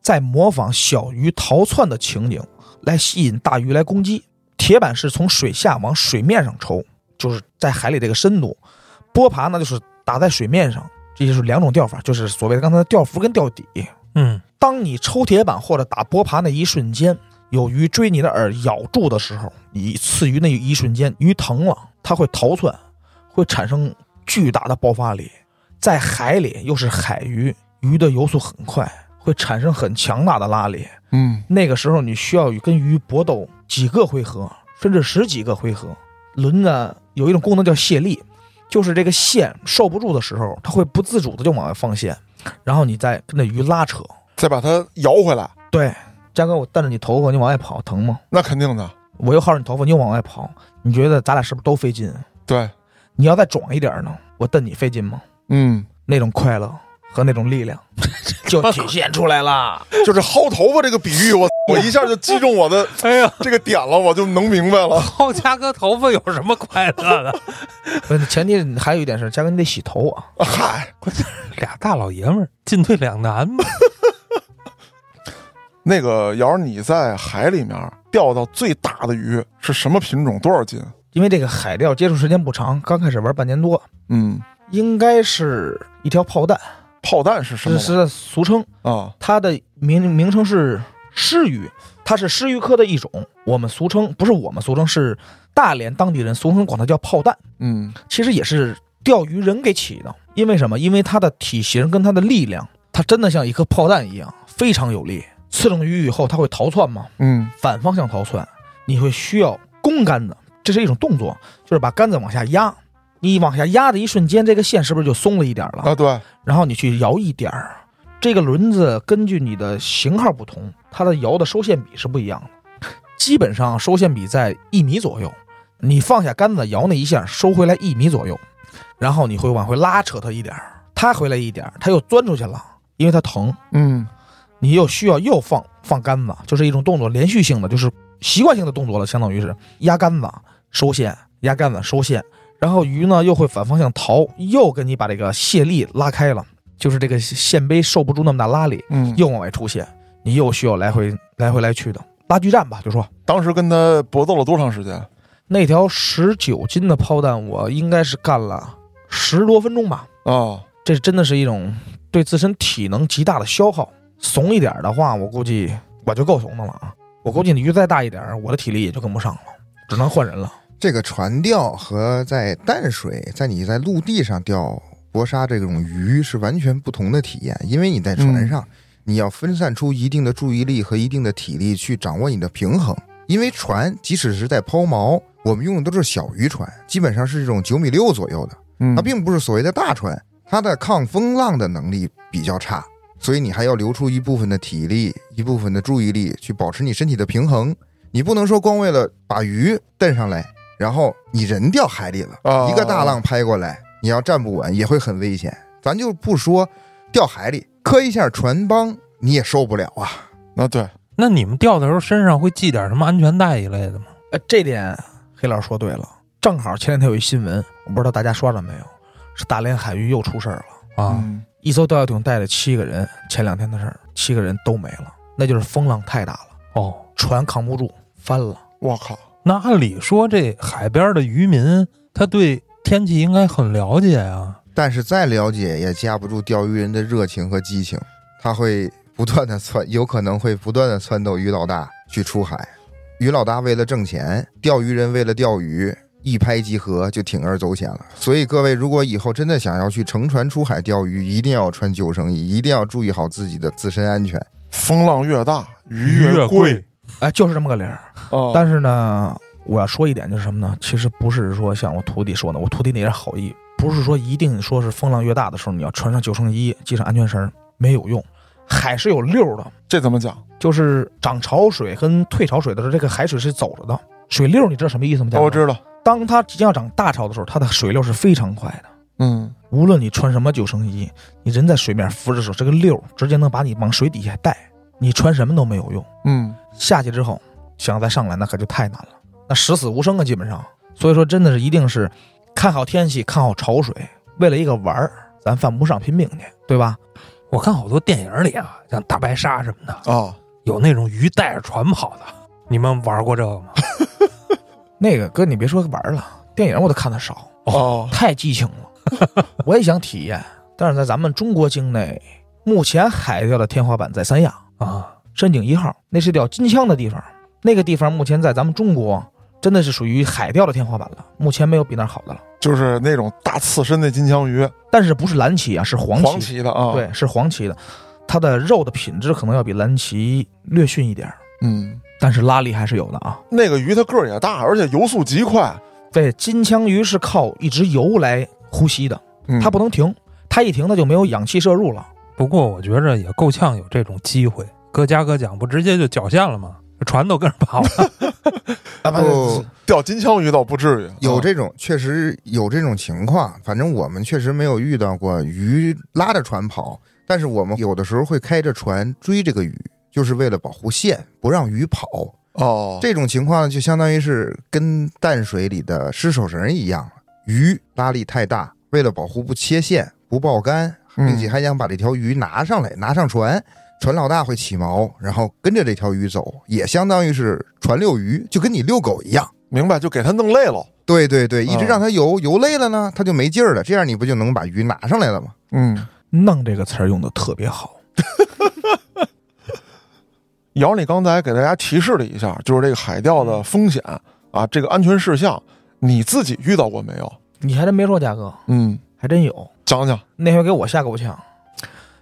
在模仿小鱼逃窜的情景，来吸引大鱼来攻击。铁板是从水下往水面上抽，就是在海里这个深度；波爬呢，就是打在水面上。这就是两种钓法，就是所谓的刚才的钓浮跟钓底。嗯，当你抽铁板或者打波爬那一瞬间，有鱼追你的饵咬住的时候，你刺鱼那一瞬间，鱼疼了，它会逃窜，会产生巨大的爆发力。在海里又是海鱼，鱼的游速很快，会产生很强大的拉力。嗯，那个时候你需要与跟鱼搏斗几个回合，甚至十几个回合。轮呢有一种功能叫卸力，就是这个线受不住的时候，它会不自主的就往外放线，然后你再跟那鱼拉扯。再把它摇回来，对，嘉哥，我带着你头发，你往外跑疼吗？那肯定的，我又薅着你头发，你又往外跑，你觉得咱俩是不是都费劲？对，你要再壮一点呢，我瞪你费劲吗？嗯，那种快乐和那种力量 就体现出来了。就是薅头发这个比喻，我 我一下就击中我的哎呀，这个点了，我就能明白了。薅嘉哥头发有什么快乐 的？不是前提还有一点是，嘉哥你得洗头啊。嗨，俩大老爷们儿进退两难 嘛，那个瑶儿，你在海里面钓到最大的鱼是什么品种？多少斤？因为这个海钓接触时间不长，刚开始玩半年多，嗯，应该是一条炮弹，炮弹是什这么玩意是它俗称，儿？啊，它的名名称是狮鱼，它是狮鱼科的一种，我们俗称不是我们俗称，是大连当地人俗称呃管它叫炮弹，嗯，其实也是钓鱼人给起的。因为什么？因为它的体型跟它的力量，它真的像一颗炮弹一样，非常有力。刺中鱼以后，它会逃窜吗？嗯，反方向逃窜，你会需要弓杆子，这是一种动作，就是把杆子往下压。你往下压的一瞬间，这个线是不是就松了一点儿了？啊，对，然后你去摇一点儿，这个轮子根据你的型号不同，它的摇的收线比是不一样的。 基本上收线比在一米左右。你放下杆子摇那一下，收回来一米左右，然后你会往回拉扯它一点儿，它回来一点儿，它又钻出去了，因为它疼，嗯你又需要又放放杆子，就是一种动作连续性的，就是习惯性的动作了，相当于是压杆子收线，压杆子收线，然后鱼呢又会反方向逃，又跟你把这个卸力拉开了，就是这个线杯受不住那么大拉力，嗯，又往外出线，你又需要来回来回来去的拉锯战吧，就说当时跟他搏斗了多长时间？那条十九斤的抛弹，我应该是干了十多分钟吧，啊，这真的是一种对自身体能极大的消耗。怂一点的话，我估计我就够怂的了啊！我估计你鱼再大一点儿，我的体力也就跟不上了，只能换人了。这个船钓和在淡水，在你在陆地上钓搏杀这种鱼是完全不同的体验，因为你在船上，你要分散出一定的注意力和一定的体力去掌握你的平衡。因为船即使是在抛锚，我们用的都是小渔船，基本上是这种九米六左右的，嗯它啊并不是所谓的大船，它的抗风浪的能力比较差，所以你还要留出一部分的体力、一部分的注意力去保持你身体的平衡。你不能说光为了把鱼蹬上来，然后你人掉海里了，啊一个大浪拍过来，你要站不稳也会很危险。咱就不说掉海里磕一下船帮，你也受不了啊。啊，对，那你们钓的时候身上会系点什么安全带一类的吗？呃，这点黑老师说对了。正好前两天有一新闻，我不知道大家刷着没有，是大连海域又出事儿了。啊，嗯一艘钓鱼艇带着七个人，前两天的事儿，七个人都没了，那就是风浪太大了，哦，船扛不住翻了。我靠，那按理说这海边的渔民他对天气应该很了解啊。但是再了解也架不住钓鱼人的热情和激情，他会不断的撺，有可能会不断的撺掇于老大去出海。于老大为了挣钱，钓鱼人为了钓鱼，一拍即合就铤而走险了。所以各位，如果以后真的想要去乘船出海钓鱼，一定要穿救生衣，一定要注意好自己的自身安全。风浪越大，鱼越贵哎，就是这么个理儿。啊。但是呢，我要说一点就是什么呢？其实不是说像我徒弟说的，我徒弟那也是好意，不是说一定说是风浪越大的时候你要穿上救生衣、系上安全绳儿没有用，海是有溜的，这怎么讲？就是涨潮水跟退潮水的时候，这个海水是走着的。水溜，你知道什么意思吗？哦我知道，当它即将要涨大潮的时候，它的水流是非常快的。嗯，无论你穿什么救生衣，你人在水面浮着的时候，这个溜直接能把你往水底下带，你穿什么都没有用。嗯，下去之后想再上来，那可就太难了，那十死无生啊，基本上。所以说，真的是一定是看好天气，看好潮水，为了一个玩儿，咱犯不上拼命去，对吧？我看好多电影里啊，像大白鲨什么的，啊，有那种鱼带着船跑的。你们玩过这个吗？那个哥，你别说玩儿了，电影我都看的少，哦，太激情了， 我也想体验。但是在咱们中国境内，目前海钓的天花板在三亚啊，深井一号，那是钓金枪的地方，那个地方目前在咱们中国真的是属于海钓的天花板了，目前没有比那儿好的了。就是那种大刺身的金枪鱼，但是不是蓝鳍啊，是黄鳍。黄鳍的啊。，对，是黄鳍的，它的肉的品质可能要比蓝鳍略逊一点儿，嗯，但是拉力还是有的啊。那个鱼它个儿也大，而且游速极快，对，金枪鱼是靠一直游来呼吸的，嗯它不能停，它一停它就没有氧气摄入了。不过我觉着也够呛有这种机会。搁家搁讲不直接就绞线了吗？船都跟着 跑了。啊不，钓金枪鱼倒不至于。有啊这种确实有这种情况，反正我们确实没有遇到过鱼拉着船跑，但是我们有的时候会开着船追这个鱼，就是为了保护线，不让鱼跑。哦，这种情况就相当于是跟淡水里的失手绳一样了，鱼拉力太大，为了保护不切线、不爆竿，嗯并且还想把这条鱼拿上来，拿上船。船老大会起锚，然后跟着这条鱼走，也相当于是船遛鱼，就跟你遛狗一样。明白，就给它弄累了。对对对，一嗯直让它游，游累了呢，它就没劲儿了。这样你不就能把鱼拿上来了吗？嗯，弄这个词儿用的特别好。姚，你刚才给大家提示了一下，就是这个海钓的风险啊，这个安全事项，你自己遇到过没有？你还真别说，嘉哥，嗯，还真有。讲讲。那回给我吓够呛，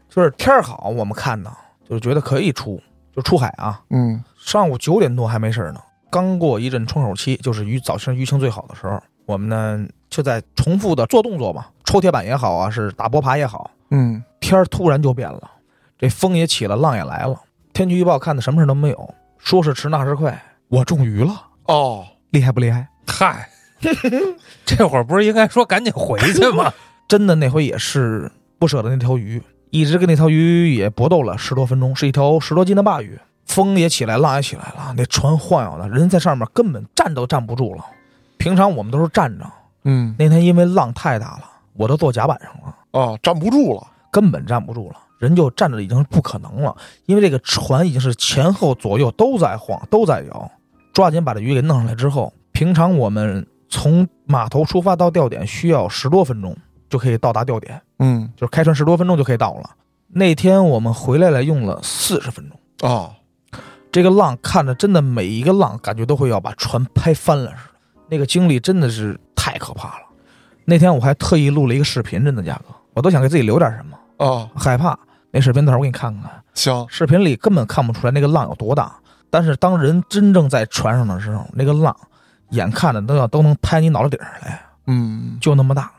就是天儿好，我们看呢，就是觉得可以出，就出海啊。嗯上午九点多还没事儿呢，刚过一阵窗口期，就是鱼早晨鱼情最好的时候，我们呢就在重复的做动作嘛，抽铁板也好啊，是打波爬也好，嗯，天儿突然就变了，这风也起了，浪也来了，天气预报看的什么事都没有，说是迟那是快，我中鱼了，哦，厉害不厉害？嗨，这会儿不是应该说赶紧回去 吗？真的那回也是不舍得那条鱼，一直跟那条鱼也搏斗了十多分钟，是一条十多斤的鲅鱼，风也起来，浪也起来了，那船晃悠的，人在上面根本站都站不住了。平常我们都是站着，嗯，那天因为浪太大了，我都坐甲板上了，哦，站不住了，根本站不住了，人就站着已经是不可能了，因为这个船已经是前后左右都在晃，都在摇。抓紧把这鱼给弄上来之后，平常我们从码头出发到钓点需要十多分钟就可以到达钓点，嗯，就是开船十多分钟就可以到了。那天我们回来了，用了四十分钟。哦，这个浪看着真的每一个浪，感觉都会要把船拍翻了似的。那个经历真的是太可怕了。那天我还特意录了一个视频，真的，价格我都想给自己留点什么，哦，害怕。那视频到时候我给你看看，行，视频里根本看不出来那个浪有多大，但是当人真正在船上的时候，那个浪眼看着都要都能拍你脑袋顶上来，嗯，就那么大。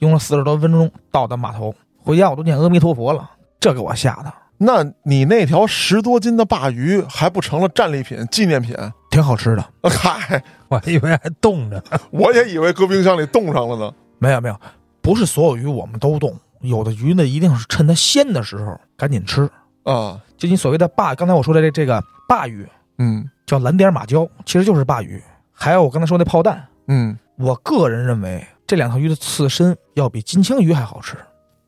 用了四十多分钟到的码头，回家我都念阿弥陀佛了，这给我吓的。那你那条十多斤的鲅鱼还不成了战利品、纪念品？ 啊挺好吃的。嗨，我还以为还冻着呢。我也以为搁冰箱里冻上了呢。没有没有，不是所有鱼我们都冻，有的鱼呢一定是趁它鲜的时候赶紧吃。啊，就你所谓的鲅，刚才我说的这这个鲅鱼嗯叫蓝点马鲛，其实就是鲅鱼。还有我刚才说那炮弹，嗯，我个人认为这两条鱼的刺身要比金枪鱼还好吃，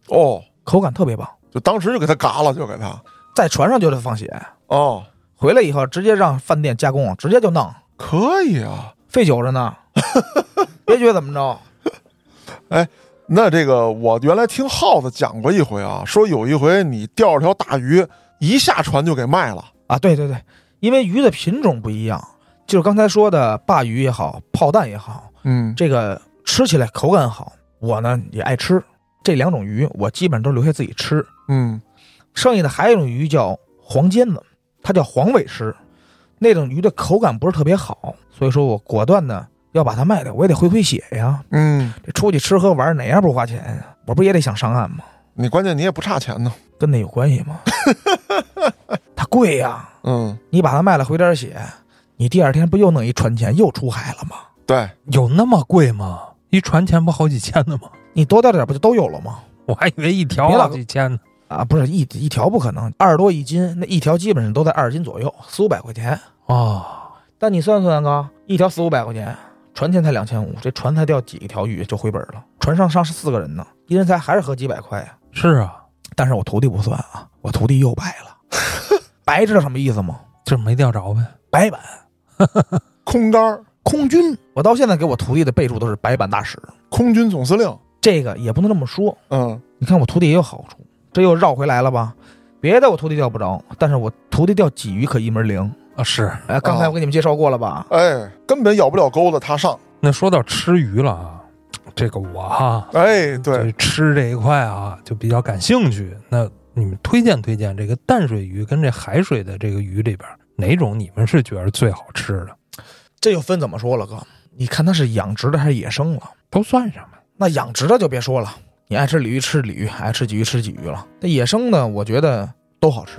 哦，口感特别棒。就当时就给它嘎了，就给它。在船上就得放血，哦，回来以后直接让饭店加工，直接就弄，可以啊。费酒着呢。别觉得怎么着，那这个我原来听耗子讲过一回啊，说有一回你钓着条大鱼，一下船就给卖了。啊，对对对，因为鱼的品种不一样，就是刚才说的鲅鱼也好，炮弹也好，嗯，这个吃起来口感好，我呢也爱吃。这两种鱼我基本上都留下自己吃，嗯，剩下的还有一种鱼叫黄尖子，它叫黄尾狮，那种鱼的口感不是特别好，所以说我果断呢要把它卖掉，我也得回回血呀。嗯，这出去吃喝玩哪样不花钱呀？我不也得想上岸吗？你关键你也不差钱呢。跟那有关系吗？ 它贵呀，嗯，你把它卖了回点血，你第二天不又弄一船钱又出海了吗？对，有那么贵吗？一船钱不好几千的吗？你多钓点不就都有了吗？我还以为一条别老好几千呢。啊，不是一一条不可能，二十多一斤，那一条基本上都在二十斤左右，四五百块钱。哦，但你算算啊，一条四五百块钱，船钱才两千五，这船才钓几条鱼就回本了。船上上是四个人呢，一人才还是合几百块呀、是啊，但是我徒弟不算啊，我徒弟又白了， 白知道什么意思吗？就是没钓着呗。白板空杆儿，空军，我到现在给我徒弟的备注都是白板大使。空军总司令。这个也不能这么说，嗯，你看我徒弟也有好处，这又绕回来了吧？别的我徒弟钓不着，但是我徒弟钓鲫鱼可一门灵。啊，是。哎，刚才我给你们介绍过了吧？哎，根本咬不了钩子，他上。那说到吃鱼了啊，这个我哈哎，对，对吃这一块啊就比较感兴趣。那你们推荐推荐这个淡水鱼跟这海水的这个鱼里边哪种你们是觉得最好吃的？这又分怎么说了，哥？你看它是养殖的还是野生了？都算上吧。那养殖的就别说了，你爱吃鲤鱼吃鲤鱼，爱吃鲫鱼吃鲫鱼了。那野生的，我觉得都好吃，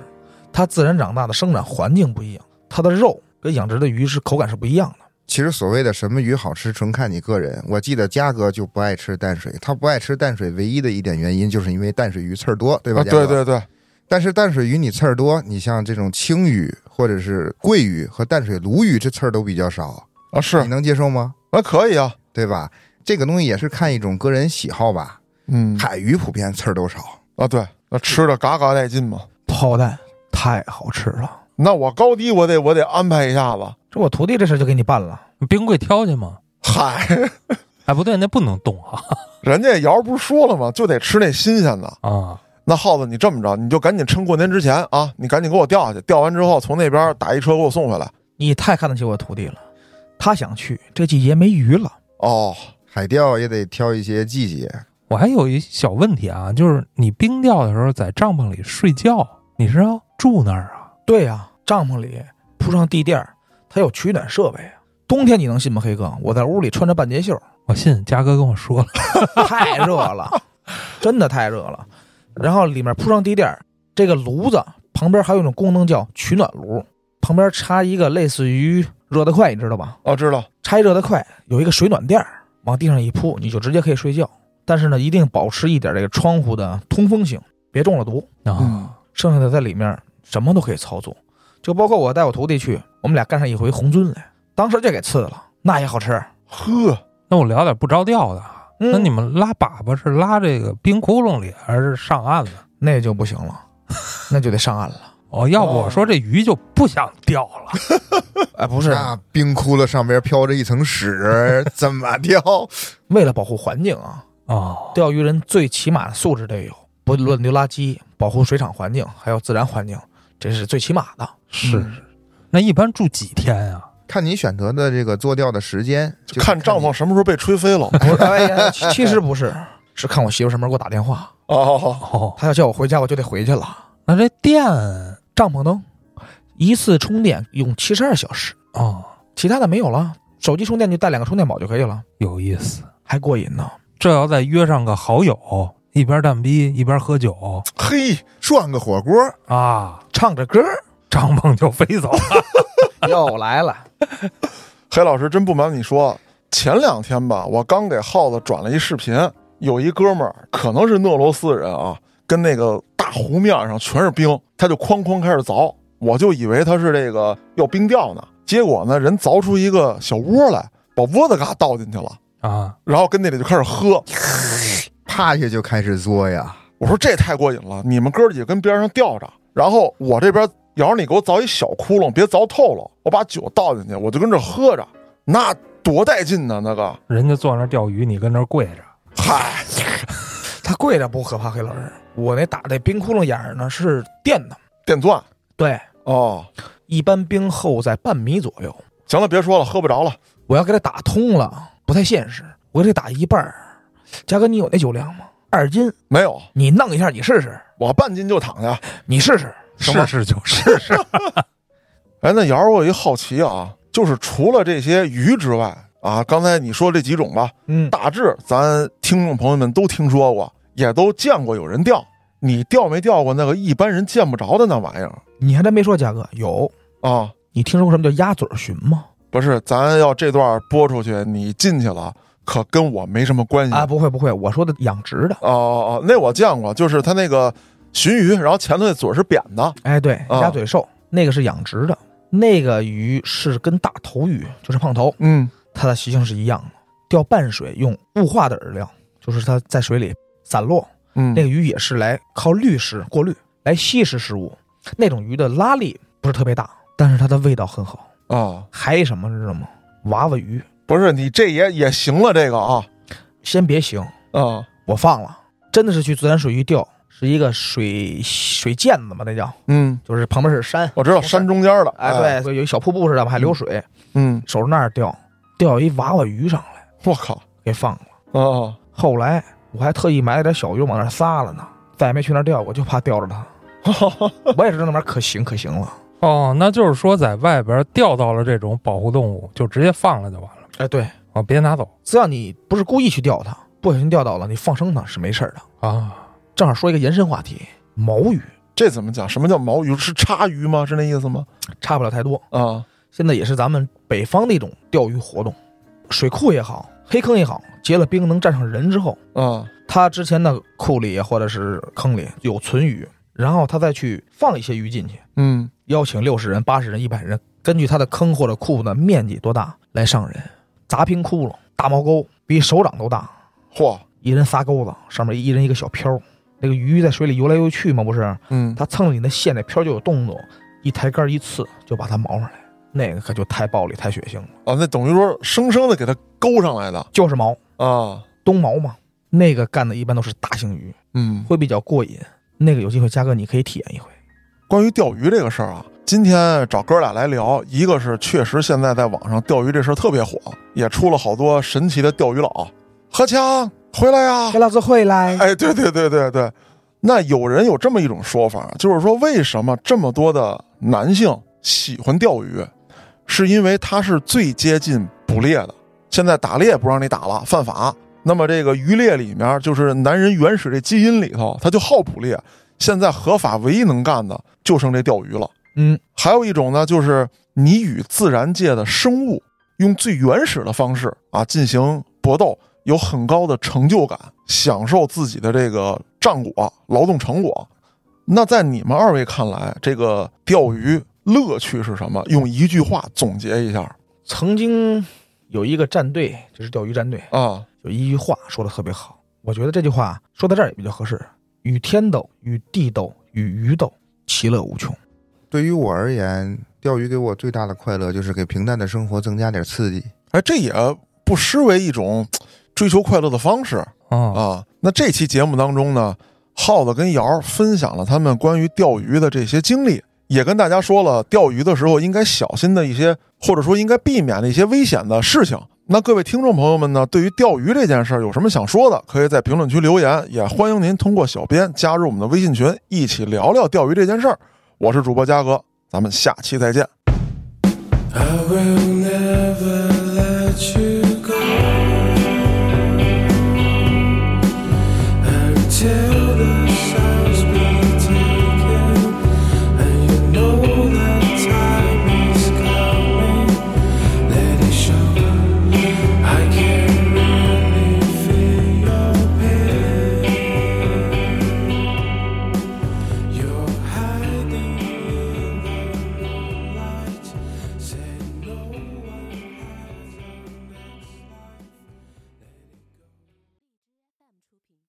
它自然长大的生长环境不一样，它的肉跟养殖的鱼是口感是不一样的。其实所谓的什么鱼好吃，纯看你个人。我记得嘉哥就不爱吃淡水，他不爱吃淡水唯一的一点原因，就是因为淡水鱼刺儿多，对吧？啊，嘉哥对对对，但是淡水鱼你刺儿多，你像这种青鱼或者是桂鱼和淡水鲈鱼，这刺儿都比较少，啊你是，能接受吗？啊可以啊。对吧？这个东西也是看一种个人喜好吧。嗯，海鱼普遍刺儿都少，啊对，那吃的嘎嘎带劲嘛。炮弹太好吃了，那我高低我得我得安排一下子。这我徒弟这事儿就给你办了。冰柜挑去吗？嗨，哎，不对，那不能动啊 人家瑶儿不是说了吗？就得吃那新鲜的。啊！那耗子，你这么着，你就赶紧趁过年之前啊，你赶紧给我钓下去，钓完之后从那边打一车给我送回来。你太看得起我徒弟了，他想去，这季节没鱼了。哦，海钓也得挑一些季节。我还有一小问题啊，就是你冰钓的时候在帐篷里睡觉，你是要住那儿啊？对呀、帐篷里铺上地垫儿，它有取暖设备啊。冬天你能信吗，黑哥？我在屋里穿着半截袖，我信嘉哥跟我说了，太热了，真的太热了。然后里面铺上地垫儿，这个炉子旁边还有一种功能叫取暖炉，旁边插一个类似于热得快，你知道吧？哦，知道，插一热得快，有一个水暖垫儿，往地上一铺，你就直接可以睡觉。但是呢，一定保持一点这个窗户的通风性，别中了毒。啊，嗯，剩下的在里面什么都可以操作，就包括我带我徒弟去，我们俩干上一回红鳟来，当时就给刺了，那也好吃。呵，那我聊点不着调的啊。嗯那你们拉粑粑是拉这个冰窟窿里，还是上岸了？那就不行了，那就得上岸了。哦，要不哦我说这鱼就不想钓了。哎，不是，那冰窟窿上边飘着一 层屎，怎么掉？为了保护环境啊，哦，钓鱼人最起码的素质得有，不乱丢垃圾，保护水产环境，还有自然环境，这是最起码的。是嗯是。那一般住几天啊？看你选择的这个做钓的时间，就看帐篷你什么时候被吹飞了。 我哎呀，其其实不是，是看我媳妇什么时候给我打电话，哦，哦，她要叫我回家，我就得回去了。那这电帐篷灯，一次充电用七十二小时。哦其他的没有了，手机充电就带两个充电宝就可以了，有意思。还过瘾呢。这要再约上个好友，一边蛋逼一边喝酒 嘿，涮个火锅，啊，唱着歌儿帐篷就飞走了。 又来了，黑老师真不瞒你说，前两天吧，我刚给耗子转了一视频，有一哥们儿可能是俄罗斯人啊，跟那个大湖面上全是冰，他就哐哐开始凿，我就以为他是这个要冰钓呢，结果呢，人凿出一个小窝来，把窝子嘎倒进去了，啊，然后跟那里就开始喝。趴下就开始作呀。我说这太过瘾了，你们哥几个跟边上吊着，然后我这边要是你给我凿一小窟窿，别凿透了，我把酒倒进去，我就跟这喝着，那多带劲呢！那个，人家坐那儿钓鱼，你跟那儿跪着。嗨，他跪着不可怕，黑老师，我那打那冰窟窿眼儿呢是电的，电钻对，哦，一般冰厚在半米左右，行了，别说了，喝不着了。我要给它打通了不太现实，我给它打一半儿。嘉哥，你有那酒量吗？二斤，没有，你弄一下，你试试，我半斤就躺下。你试试。是是就是是，哎，那瑶儿，我有一好奇啊，就是除了这些鱼之外啊，刚才你说这几种吧，嗯，大致咱听众朋友们都听说过，也都见过有人钓。你钓没钓过那个一般人见不着的那玩意儿你还真没说，嘉哥有，啊？你听说过什么叫鸭嘴儿鲟吗？不是，咱要这段播出去，你进去了，可跟我没什么关系啊，不会不会，我说的养殖的。哦哦，哦那我见过，就是他那个鲟鱼，然后前头那嘴是扁的，哎，对，啊鸭嘴兽、那个是养殖的，那个鱼是跟大头鱼，就是胖头，嗯，它的习性是一样的。钓淡水用雾化的饵料，就是它在水里散落。嗯那个鱼也是来靠滤食过滤来吸食食物。那种鱼的拉力不是特别大，但是它的味道很好。啊，还有什么知道吗？娃娃鱼，不是你这也也行了，这个啊先别行，啊，我放了。真的是去自然水域钓，是一个水水涧子嘛，那叫，嗯，就是旁边是山。我知道山中间的，哎，对，有一小瀑布似的嘛，还流水。啊嗯，手那儿钓，钓一娃娃鱼上来我靠给放了。啊，后来我还特意买了点小鱼往那儿撒了呢，再也没去那儿钓过，就怕钓着它。 我也是在那边可行可行了。哦，那就是说在外边钓到了这种保护动物，就直接放了就完了，哎，对，哦，别拿走只要你不是故意去钓它，不小心钓到了，你放生它是没事儿的。啊。正好说一个延伸话题，毛鱼这怎么讲？什么叫毛鱼？是叉鱼吗？是那意思吗？差不了太多，啊，现在也是咱们北方的一种钓鱼活动，水库也好，黑坑也好，结了冰能站上人之后，啊，他之前的库里啊或者是坑里啊有存鱼，然后他再去放一些鱼进去，嗯，邀请六十人、八十人、一百人，根据他的坑或者库的面积多大来上人，砸平窟窿、大毛钩，比手掌都大，嚯，一人仨钩子，上面一人一个小漂，那个鱼在水里游来游去嘛，不是？嗯，它蹭着你的线，那漂就有动作，一抬杆一刺就把它锚上来，那个可就太暴力、太血腥了，啊，那等于说生生的给它勾上来的就是锚，啊，冬锚嘛，那个干的一般都是大型鱼，嗯，会比较过瘾。那个有机会，嘉哥你可以体验一回。关于钓鱼这个事儿啊，今天找哥俩来聊，一个是确实现在在网上钓鱼这事儿特别火，也出了好多神奇的钓鱼佬。何强回来呀、老子回来！哎，对对对对对。那有人有这么一种说法，就是说为什么这么多的男性喜欢钓鱼，是因为它是最接近捕猎的。现在打猎不让你打了，犯法。那么这个渔猎里面，就是男人原始这基因里头，他就好捕猎。现在合法唯一能干的就剩这钓鱼了。嗯，还有一种呢，就是你与自然界的生物用最原始的方式啊进行搏斗，有很高的成就感，享受自己的这个战果、啊劳动成果。那在你们二位看来，这个钓鱼乐趣是什么？用一句话总结一下曾经有一个战队，这是钓鱼战队，啊，有一句话说的特别好，我觉得这句话说到这儿也比较合适：与天斗，与地斗，与鱼斗，其乐无穷。对于我而言，钓鱼给我最大的快乐就是给平淡的生活增加点刺激。哎，这也不失为一种嘖追求快乐的方式啊，啊。那这期节目当中呢，耗子跟瑶儿分享了他们关于钓鱼的这些经历，也跟大家说了钓鱼的时候应该小心的一些，或者说应该避免的一些危险的事情。那各位听众朋友们呢，对于钓鱼这件事儿有什么想说的，可以在评论区留言，也欢迎您通过小编加入我们的微信群，一起聊聊钓鱼这件事儿。我是主播嘉哥，咱们下期再见。 I will never let you